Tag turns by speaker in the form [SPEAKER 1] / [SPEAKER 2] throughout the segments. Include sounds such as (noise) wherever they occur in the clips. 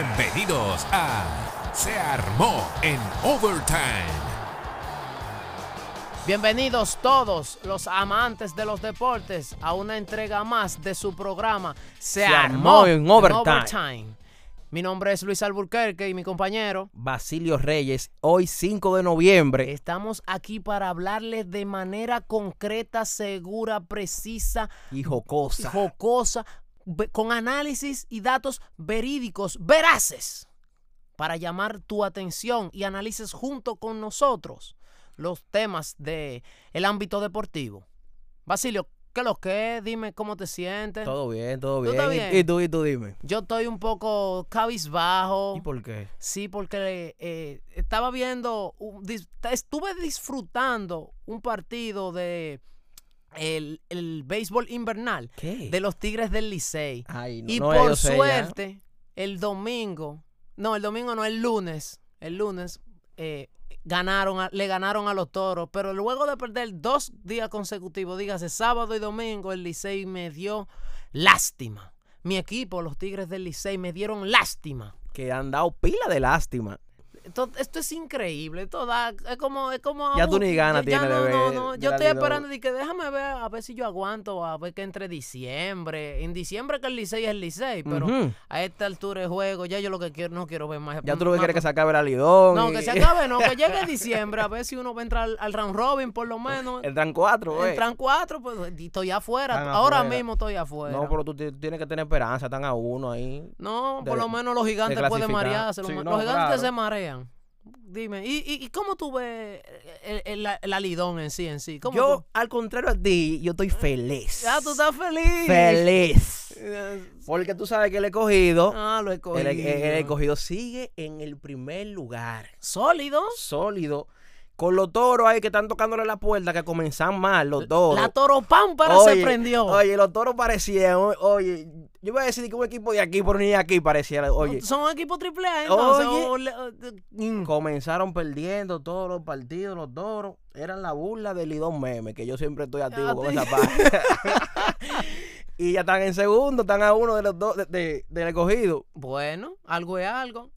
[SPEAKER 1] Bienvenidos a Se armó en Overtime.
[SPEAKER 2] Bienvenidos todos los amantes de los deportes a una entrega más de su programa Se, armó, en overtime. Mi nombre es Luis Alburquerque y mi compañero.
[SPEAKER 3] Basilio Reyes, hoy 5 de noviembre.
[SPEAKER 2] Estamos aquí para hablarles de manera concreta, segura, precisa,
[SPEAKER 3] Y jocosa.
[SPEAKER 2] jocosa, ve- con análisis y datos verídicos, veraces, para llamar tu atención y analices junto con nosotros los temas de el ámbito deportivo. Basilio, ¿qué lo que es? Dime cómo te sientes.
[SPEAKER 3] Todo bien, todo
[SPEAKER 2] ¿Tú
[SPEAKER 3] bien.
[SPEAKER 2] estás
[SPEAKER 3] ¿Y-
[SPEAKER 2] bien?
[SPEAKER 3] ¿Y, tú, y tú dime.
[SPEAKER 2] Yo estoy un poco cabizbajo.
[SPEAKER 3] ¿Y por qué?
[SPEAKER 2] Sí, porque eh, estaba viendo, un dis- estuve disfrutando un partido de el, el béisbol invernal
[SPEAKER 3] ¿Qué?
[SPEAKER 2] de los Tigres del Licey.
[SPEAKER 3] Ay, no,
[SPEAKER 2] y
[SPEAKER 3] no, yo
[SPEAKER 2] por
[SPEAKER 3] sé ya.
[SPEAKER 2] suerte, el domingo, no, el domingo no, el lunes, el lunes eh, ganaron, a- le ganaron a los toros, pero luego de perder dos días consecutivos, dígase sábado y domingo, el Licey me dio lástima. Mi equipo, los Tigres del Licey, me dieron lástima.
[SPEAKER 3] Que han dado pila de lástima.
[SPEAKER 2] Esto, esto es increíble. Esto da, es como, es como.
[SPEAKER 3] Ya tú ni ganas
[SPEAKER 2] ya
[SPEAKER 3] tienes
[SPEAKER 2] no,
[SPEAKER 3] de
[SPEAKER 2] no,
[SPEAKER 3] ver-
[SPEAKER 2] no.
[SPEAKER 3] de
[SPEAKER 2] Yo
[SPEAKER 3] la
[SPEAKER 2] estoy
[SPEAKER 3] Lidl.
[SPEAKER 2] esperando de que déjame ver a ver si yo aguanto a ver que entre diciembre. En diciembre que el Licey es el Licey, pero
[SPEAKER 3] Ujú.
[SPEAKER 2] a esta altura de juego ya yo lo que quiero no quiero ver más.
[SPEAKER 3] Ya tú lo que
[SPEAKER 2] más-
[SPEAKER 3] quieres que se acabe el alidón.
[SPEAKER 2] No,
[SPEAKER 3] y- (laughs)
[SPEAKER 2] que se acabe, no, que llegue diciembre a ver si uno va a entrar al, al round robin por lo
[SPEAKER 3] (laughs)
[SPEAKER 2] menos.
[SPEAKER 3] Entran cuatro, güey.
[SPEAKER 2] Entran cuatro, pues y estoy afuera.
[SPEAKER 3] Están
[SPEAKER 2] Ahora
[SPEAKER 3] afuera.
[SPEAKER 2] mismo estoy afuera.
[SPEAKER 3] No, pero tú ti- tienes que tener esperanza. Están a uno ahí.
[SPEAKER 2] No,
[SPEAKER 3] de-
[SPEAKER 2] por lo menos los gigantes
[SPEAKER 3] de
[SPEAKER 2] pueden
[SPEAKER 3] clasificar.
[SPEAKER 2] marearse. Los,
[SPEAKER 3] Sí,
[SPEAKER 2] ma-
[SPEAKER 3] no,
[SPEAKER 2] los gigantes
[SPEAKER 3] claro.
[SPEAKER 2] se marean. Dime, ¿y, y, y cómo tú ves el, el- el alidón en sí, en sí? ¿Cómo
[SPEAKER 3] Yo, al contrario a ti, yo estoy feliz.
[SPEAKER 2] tú- Ah, tú estás feliz.
[SPEAKER 3] Feliz. Porque tú sabes que el escogido,
[SPEAKER 2] Ah, lo he
[SPEAKER 3] el,
[SPEAKER 2] cogido.
[SPEAKER 3] el- el escogido sigue en el primer lugar.
[SPEAKER 2] ¿Sólido?
[SPEAKER 3] sólido. Con los toros ahí que están tocándole la puerta, que comenzan mal los toros.
[SPEAKER 2] La toropámpara se prendió.
[SPEAKER 3] Oye, los toros parecían, o- oye, yo iba a decir que un equipo de aquí, pero ni de aquí pareciera. Oye,
[SPEAKER 2] Son equipos triple A, ¿eh? entonces.
[SPEAKER 3] Oye.
[SPEAKER 2] o le- o- de- mm.
[SPEAKER 3] comenzaron perdiendo todos los partidos, los toros. Eran la burla del Lidón Meme, que yo siempre estoy activo
[SPEAKER 2] Ah,
[SPEAKER 3] con
[SPEAKER 2] sí.
[SPEAKER 3] esa página. (laughs) y ya están en segundo, están a uno de los dos, de- de- del escogido.
[SPEAKER 2] Bueno, algo es algo.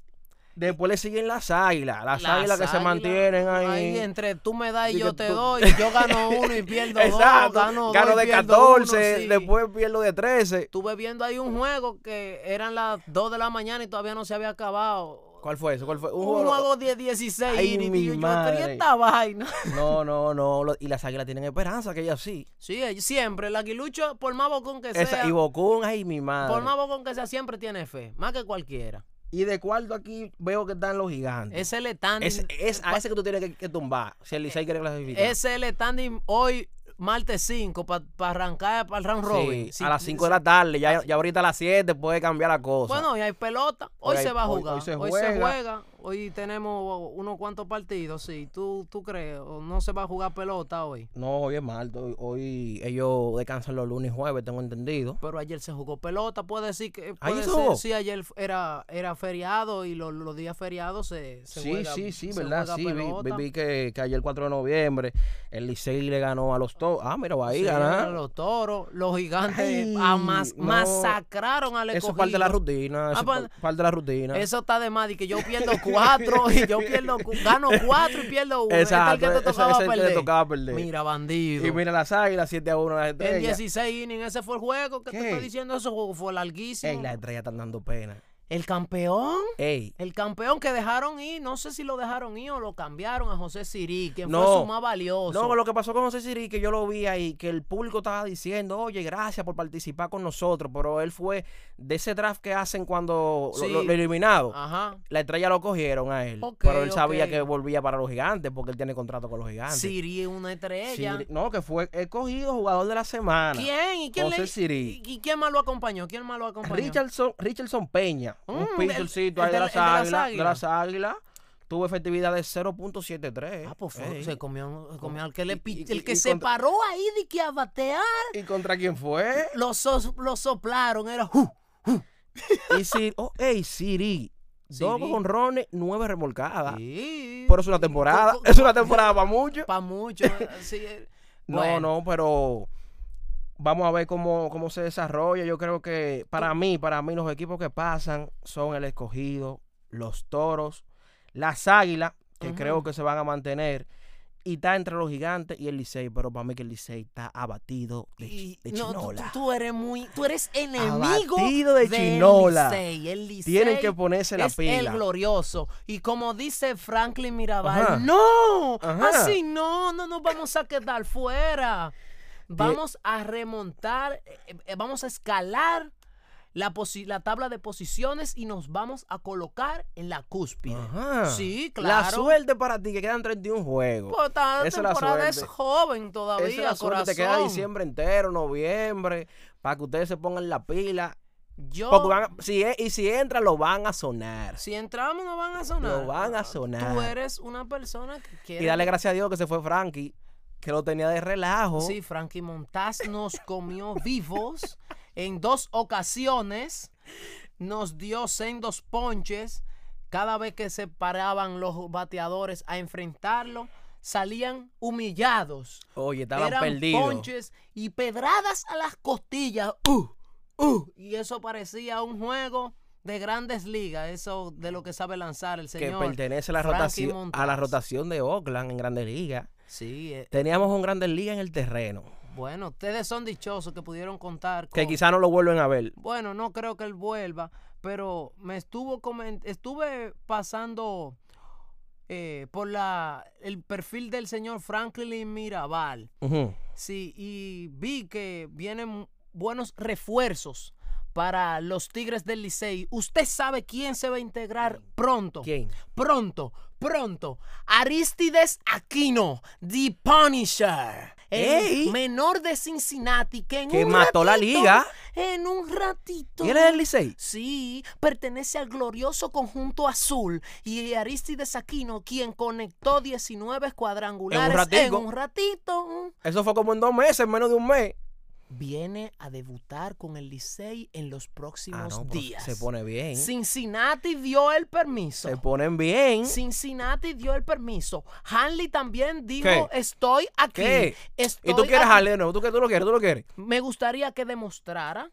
[SPEAKER 3] Después le siguen las águilas, las,
[SPEAKER 2] Las
[SPEAKER 3] águilas que se
[SPEAKER 2] águilas,
[SPEAKER 3] mantienen ahí.
[SPEAKER 2] entre tú me das y
[SPEAKER 3] Di
[SPEAKER 2] yo
[SPEAKER 3] que
[SPEAKER 2] te
[SPEAKER 3] tú- (laughs)
[SPEAKER 2] doy. Yo gano uno y pierdo dos.
[SPEAKER 3] Exacto,
[SPEAKER 2] Gano, dos
[SPEAKER 3] gano
[SPEAKER 2] y
[SPEAKER 3] de
[SPEAKER 2] pierdo uno,
[SPEAKER 3] 14,
[SPEAKER 2] sí.
[SPEAKER 3] después pierdo de 13.
[SPEAKER 2] Estuve viendo ahí un juego que eran las 2 de la mañana y todavía no se había acabado.
[SPEAKER 3] ¿Cuál fue eso? ¿Cuál fue? Un
[SPEAKER 2] Un
[SPEAKER 3] juego-
[SPEAKER 2] juego 10-16
[SPEAKER 3] Ay,
[SPEAKER 2] y digo
[SPEAKER 3] mi
[SPEAKER 2] yo,
[SPEAKER 3] madre.
[SPEAKER 2] "¿Pero y esta vaina? (laughs)
[SPEAKER 3] No, no, no. lo- Y las águilas tienen esperanza, que ellas sí.
[SPEAKER 2] Sí, ellos siempre, el aguilucho, por más bocón que sea,
[SPEAKER 3] Esa, y Bocón, ay, mi madre.
[SPEAKER 2] por más bocón que sea, siempre tiene fe, más que cualquiera.
[SPEAKER 3] Y de cuarto aquí veo que están los gigantes.
[SPEAKER 2] Ese Letanding,
[SPEAKER 3] Es, es a ese que tú tienes que, que tumbar. Si el Licey quiere clasificar.
[SPEAKER 2] ese Letanding hoy, martes 5, para arrancar para el round
[SPEAKER 3] Sí,
[SPEAKER 2] robin. Si-
[SPEAKER 3] a las 5 de la tarde. Ya, ya ahorita a las 7 puede cambiar la cosa.
[SPEAKER 2] Bueno, y hay pelota. Hoy
[SPEAKER 3] Hoy
[SPEAKER 2] se
[SPEAKER 3] hay-
[SPEAKER 2] va a
[SPEAKER 3] hoy-
[SPEAKER 2] jugar.
[SPEAKER 3] hoy se
[SPEAKER 2] Hoy,
[SPEAKER 3] juega.
[SPEAKER 2] tenemos unos cuantos partidos. Sí, tú, tú crees. o No se va a jugar pelota hoy.
[SPEAKER 3] No, hoy es martes. Hoy, hoy ellos descansan los lunes y jueves, tengo entendido.
[SPEAKER 2] Pero ayer se jugó pelota. Puede decir que.
[SPEAKER 3] ¿Ayer
[SPEAKER 2] puede
[SPEAKER 3] se
[SPEAKER 2] ser-
[SPEAKER 3] jugó?
[SPEAKER 2] Sí, ayer era, era feriado y los, los días feriados se, se
[SPEAKER 3] Sí,
[SPEAKER 2] juega-
[SPEAKER 3] sí, sí,
[SPEAKER 2] se
[SPEAKER 3] verdad,
[SPEAKER 2] juega
[SPEAKER 3] sí. Vi, vi-
[SPEAKER 2] pelota.
[SPEAKER 3] vi que, que ayer 4 de noviembre el Licey le ganó a los toros. Ah, mira, va ahí
[SPEAKER 2] Sí,
[SPEAKER 3] ganar.
[SPEAKER 2] Los toros, los gigantes
[SPEAKER 3] Ay,
[SPEAKER 2] amas-
[SPEAKER 3] no.
[SPEAKER 2] masacragaron al
[SPEAKER 3] Eso es parte de la
[SPEAKER 2] escogido.
[SPEAKER 3] rutina. Eso
[SPEAKER 2] Ah,
[SPEAKER 3] es
[SPEAKER 2] pa-
[SPEAKER 3] pa- parte de la rutina.
[SPEAKER 2] Eso está de más, y que yo pierdo cuatro, y yo pierdo, cu- gano cuatro y pierdo uno. Este es el
[SPEAKER 3] Exacto,
[SPEAKER 2] que te
[SPEAKER 3] ese- ese
[SPEAKER 2] tocaba
[SPEAKER 3] es el que te
[SPEAKER 2] perder.
[SPEAKER 3] tocaba perder.
[SPEAKER 2] Mira, bandido.
[SPEAKER 3] Y mira las águilas, 7 a 1 las
[SPEAKER 2] En
[SPEAKER 3] estrellas.
[SPEAKER 2] 16 innings, ese fue el juego que te
[SPEAKER 3] ¿Qué?
[SPEAKER 2] estoy diciendo, ese juego fue larguísimo.
[SPEAKER 3] Ey, las estrellas están dando pena.
[SPEAKER 2] El campeón,
[SPEAKER 3] Ey,
[SPEAKER 2] el campeón que dejaron ir, no sé si lo dejaron ir o lo cambiaron a José Sirí, quien
[SPEAKER 3] No.
[SPEAKER 2] fue su más valioso.
[SPEAKER 3] no, lo que pasó con José Siri, que yo lo vi ahí, que el público estaba diciendo, oye, gracias por participar con nosotros, pero él fue de ese draft que hacen cuando lo-
[SPEAKER 2] Sí.
[SPEAKER 3] lo, lo eliminado.
[SPEAKER 2] Ajá.
[SPEAKER 3] La estrella lo cogieron a él,
[SPEAKER 2] Ok,
[SPEAKER 3] pero él sabía
[SPEAKER 2] ok.
[SPEAKER 3] que volvía para los gigantes porque él tiene contrato con los gigantes.
[SPEAKER 2] Siri es una estrella.
[SPEAKER 3] Siri- no, que fue escogido jugador de la semana.
[SPEAKER 2] ¿Quién? ¿Y quién, le-
[SPEAKER 3] José Siri.
[SPEAKER 2] y- y quién más lo acompañó? ¿Quién más lo acompañó?
[SPEAKER 3] Richardson, Richardson Peña, un
[SPEAKER 2] Mm,
[SPEAKER 3] pincelcito
[SPEAKER 2] el-
[SPEAKER 3] ahí
[SPEAKER 2] el
[SPEAKER 3] de,
[SPEAKER 2] de
[SPEAKER 3] las
[SPEAKER 2] la- el de las
[SPEAKER 3] águilas, de las águilas, tuvo efectividad de 0.73.
[SPEAKER 2] Ah, pues fue-
[SPEAKER 3] Ey.
[SPEAKER 2] se comió, se comió al que le
[SPEAKER 3] Eh, Y-
[SPEAKER 2] pi-
[SPEAKER 3] y-
[SPEAKER 2] el que
[SPEAKER 3] y
[SPEAKER 2] se
[SPEAKER 3] contra-
[SPEAKER 2] paró ahí de que a batear,
[SPEAKER 3] ¿Y contra
[SPEAKER 2] (laughs)
[SPEAKER 3] quién fue?
[SPEAKER 2] lo, sos- lo soplaron, era ¡ju!
[SPEAKER 3] y si, oh, ey, Siri, dos
[SPEAKER 2] Siri.
[SPEAKER 3] jonrones, nueve remolcadas.
[SPEAKER 2] Sí.
[SPEAKER 3] Pero es una temporada, es una temporada para muchos.
[SPEAKER 2] para mucho. eh, sí, eh, bueno.
[SPEAKER 3] (laughs) No, no, pero vamos a ver cómo, cómo se desarrolla. Yo creo que para mí, para mí los equipos que pasan son el escogido, los toros, las águilas, que
[SPEAKER 2] Ujú.
[SPEAKER 3] creo que se van a mantener. Y está entre los gigantes y el Licey, pero para mí que el Licey está abatido de, chi-
[SPEAKER 2] Y-
[SPEAKER 3] de
[SPEAKER 2] no, tú-
[SPEAKER 3] chinola.
[SPEAKER 2] tú, tú eres muy, tú eres enemigo
[SPEAKER 3] Abatido de
[SPEAKER 2] del
[SPEAKER 3] chinola.
[SPEAKER 2] Licey. El Licey
[SPEAKER 3] Tienen que ponerse la
[SPEAKER 2] es el
[SPEAKER 3] pila.
[SPEAKER 2] glorioso. Y como dice Franklin Mirabal,
[SPEAKER 3] Ajá.
[SPEAKER 2] no,
[SPEAKER 3] Ajá.
[SPEAKER 2] así no, no nos vamos a quedar fuera. Vamos a remontar, eh, eh, vamos a escalar la, posi- la tabla de posiciones y nos vamos a colocar en la cúspide.
[SPEAKER 3] Ajá.
[SPEAKER 2] Sí,
[SPEAKER 3] La
[SPEAKER 2] claro.
[SPEAKER 3] suerte para ti, que quedan 31 juegos.
[SPEAKER 2] Pues, esta
[SPEAKER 3] Esa es la
[SPEAKER 2] temporada es
[SPEAKER 3] suerte.
[SPEAKER 2] joven todavía,
[SPEAKER 3] Esa es la suerte, te queda
[SPEAKER 2] corazón.
[SPEAKER 3] diciembre entero, noviembre, para que ustedes se pongan la pila.
[SPEAKER 2] Yo,
[SPEAKER 3] Porque van a- si e- y si entran, lo van a sonar.
[SPEAKER 2] Si entramos no van a sonar.
[SPEAKER 3] Lo van a sonar.
[SPEAKER 2] Tú eres una persona que quiere.
[SPEAKER 3] Y dale gracias a Dios que se fue Frankie, que lo tenía de relajo.
[SPEAKER 2] Sí, Frankie Montaz nos comió vivos en dos ocasiones. Nos dio sendos ponches. Cada vez que se paraban los bateadores a enfrentarlo, salían humillados.
[SPEAKER 3] Oye, estaban
[SPEAKER 2] Eran
[SPEAKER 3] perdidos.
[SPEAKER 2] ponches y pedradas a las costillas. ¡Uh! ¡Uh! Y eso parecía un juego de grandes ligas. Eso de lo que sabe lanzar el
[SPEAKER 3] que
[SPEAKER 2] señor.
[SPEAKER 3] pertenece a la,
[SPEAKER 2] Frankie
[SPEAKER 3] rotación, a la
[SPEAKER 2] Montaz.
[SPEAKER 3] rotación de Oakland en Grandes Ligas.
[SPEAKER 2] Sí, eh,
[SPEAKER 3] Teníamos un Grandes Ligas en el terreno,
[SPEAKER 2] Bueno, ustedes son dichosos que pudieron contar con...
[SPEAKER 3] que quizá no lo vuelven a ver.
[SPEAKER 2] Bueno, no creo que él vuelva, pero me estuvo comen- estuve pasando eh, por la el perfil del señor Franklin Mirabal.
[SPEAKER 3] Ujú.
[SPEAKER 2] Sí, y vi que vienen buenos refuerzos para los Tigres del Licey. Usted sabe quién se va a integrar pronto.
[SPEAKER 3] ¿Quién?
[SPEAKER 2] Pronto, pronto. Aristides Aquino, The Punisher. El
[SPEAKER 3] ¡Ey!
[SPEAKER 2] menor de Cincinnati que en
[SPEAKER 3] Que
[SPEAKER 2] un
[SPEAKER 3] mató la
[SPEAKER 2] ratito-
[SPEAKER 3] liga.
[SPEAKER 2] En un ratito.
[SPEAKER 3] ¿Y él es del Licey?
[SPEAKER 2] Sí, pertenece al glorioso conjunto azul y Aristides Aquino quien conectó 19 cuadrangulares en
[SPEAKER 3] ratico.
[SPEAKER 2] un ratito
[SPEAKER 3] Eso fue como en dos meses, en menos de un mes.
[SPEAKER 2] viene a debutar con el Licey en los próximos
[SPEAKER 3] Ah, no, pero
[SPEAKER 2] días.
[SPEAKER 3] Se pone bien.
[SPEAKER 2] Cincinnati dio el permiso.
[SPEAKER 3] Se ponen bien.
[SPEAKER 2] Cincinnati dio el permiso. Hanley también dijo,
[SPEAKER 3] ¿Qué?
[SPEAKER 2] estoy aquí.
[SPEAKER 3] ¿Qué?
[SPEAKER 2] Estoy
[SPEAKER 3] Y tú quieres
[SPEAKER 2] aquí".
[SPEAKER 3] Harley, no, tú que tú lo quieres, tú lo quieres.
[SPEAKER 2] Me gustaría que demostrara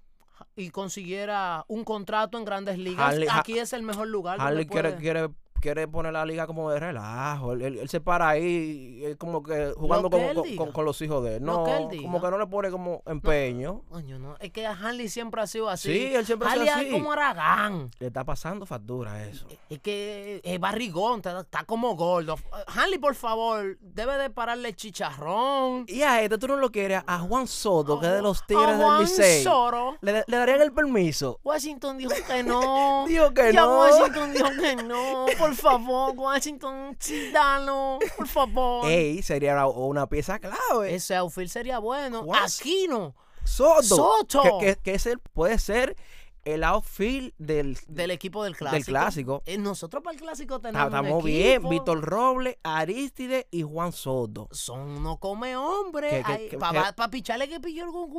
[SPEAKER 2] y consiguiera un contrato en grandes ligas.
[SPEAKER 3] Hanley- Ha-
[SPEAKER 2] aquí es el mejor lugar. donde
[SPEAKER 3] Harley quiere,
[SPEAKER 2] puede-
[SPEAKER 3] quiere, quiere poner la liga como de relajo. Él, él- él se para ahí eh, como que jugando
[SPEAKER 2] que
[SPEAKER 3] como-
[SPEAKER 2] él
[SPEAKER 3] con,
[SPEAKER 2] diga.
[SPEAKER 3] con- con los hijos de él.
[SPEAKER 2] Lo
[SPEAKER 3] No,
[SPEAKER 2] que él
[SPEAKER 3] como
[SPEAKER 2] diga.
[SPEAKER 3] que no le pone como empeño.
[SPEAKER 2] Coño, no, Es que a Hanley siempre ha sido así.
[SPEAKER 3] Sí, él siempre ha sido
[SPEAKER 2] Hanley es
[SPEAKER 3] así.
[SPEAKER 2] como Aragán.
[SPEAKER 3] Le está pasando factura eso.
[SPEAKER 2] Es que es barrigón, está, está como gordo. Hanley, por favor, debe de pararle chicharrón.
[SPEAKER 3] Y a este tú no lo quieres, a Juan Soto, que es de los
[SPEAKER 2] A
[SPEAKER 3] Tigres del
[SPEAKER 2] Juan
[SPEAKER 3] Licey.
[SPEAKER 2] Soto.
[SPEAKER 3] ¿Le, ¿Le darían el permiso?
[SPEAKER 2] Washington dijo que no.
[SPEAKER 3] (laughs) Dijo que
[SPEAKER 2] ya
[SPEAKER 3] no.
[SPEAKER 2] Washington dijo que no. Por favor, Washington, sí, dalo, por favor.
[SPEAKER 3] Ey, sería una, una pieza clave.
[SPEAKER 2] Ese outfield sería bueno.
[SPEAKER 3] Was-
[SPEAKER 2] Aquí no.
[SPEAKER 3] Soto.
[SPEAKER 2] Soto.
[SPEAKER 3] Que, que- que ese puede ser el outfield del...
[SPEAKER 2] Del equipo del clásico.
[SPEAKER 3] clásico. Ah,
[SPEAKER 2] Eh, nosotros para el clásico tenemos. un
[SPEAKER 3] Estamos bien.
[SPEAKER 2] equipo.
[SPEAKER 3] Víctor Robles, Aristide y Juan Soto.
[SPEAKER 2] Son no come hombre.
[SPEAKER 3] Que- que- que-
[SPEAKER 2] Para
[SPEAKER 3] que-
[SPEAKER 2] picharle que pilló algún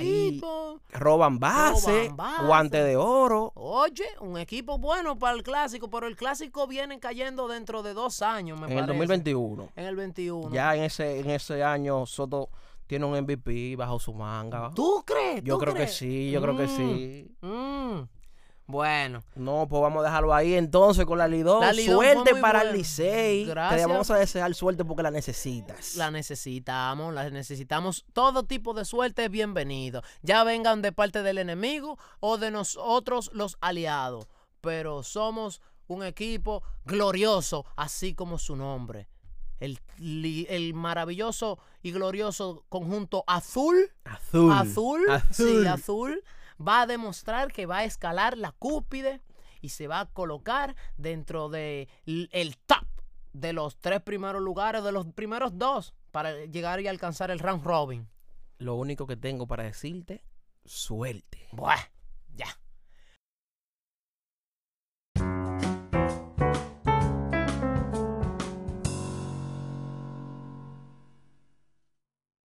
[SPEAKER 2] cuidadito.
[SPEAKER 3] Roban base,
[SPEAKER 2] Roban base.
[SPEAKER 3] guante de oro.
[SPEAKER 2] Oye, un equipo bueno para el clásico, pero el clásico viene cayendo dentro de dos años, me
[SPEAKER 3] En el
[SPEAKER 2] parece.
[SPEAKER 3] 2021.
[SPEAKER 2] En el 21.
[SPEAKER 3] Ya en ese, en ese año Soto tiene un MVP bajo su manga.
[SPEAKER 2] ¿Tú crees?
[SPEAKER 3] Yo
[SPEAKER 2] ¿Tú
[SPEAKER 3] creo
[SPEAKER 2] crees?
[SPEAKER 3] que sí, yo creo que
[SPEAKER 2] Mm.
[SPEAKER 3] sí.
[SPEAKER 2] Mm. Bueno,
[SPEAKER 3] No, pues vamos a dejarlo ahí entonces con la Lidón.
[SPEAKER 2] La Lidón fue
[SPEAKER 3] suerte
[SPEAKER 2] muy
[SPEAKER 3] para el
[SPEAKER 2] buena.
[SPEAKER 3] Licey. Te
[SPEAKER 2] Gracias.
[SPEAKER 3] vamos a desear suerte porque la necesitas.
[SPEAKER 2] la necesitamos, la necesitamos. Todo tipo de suerte es bienvenido. Ya vengan de parte del enemigo o de nosotros los aliados. Pero somos un equipo glorioso, así como su nombre. El, li- el maravilloso y glorioso conjunto azul.
[SPEAKER 3] Azul.
[SPEAKER 2] Azul,
[SPEAKER 3] Azul.
[SPEAKER 2] sí, azul, va a demostrar que va a escalar la cúspide y se va a colocar dentro de l- el top de los tres primeros lugares, de los primeros dos, para llegar y alcanzar el round robin.
[SPEAKER 3] Lo único que tengo para decirte, suerte.
[SPEAKER 2] Buah, ya.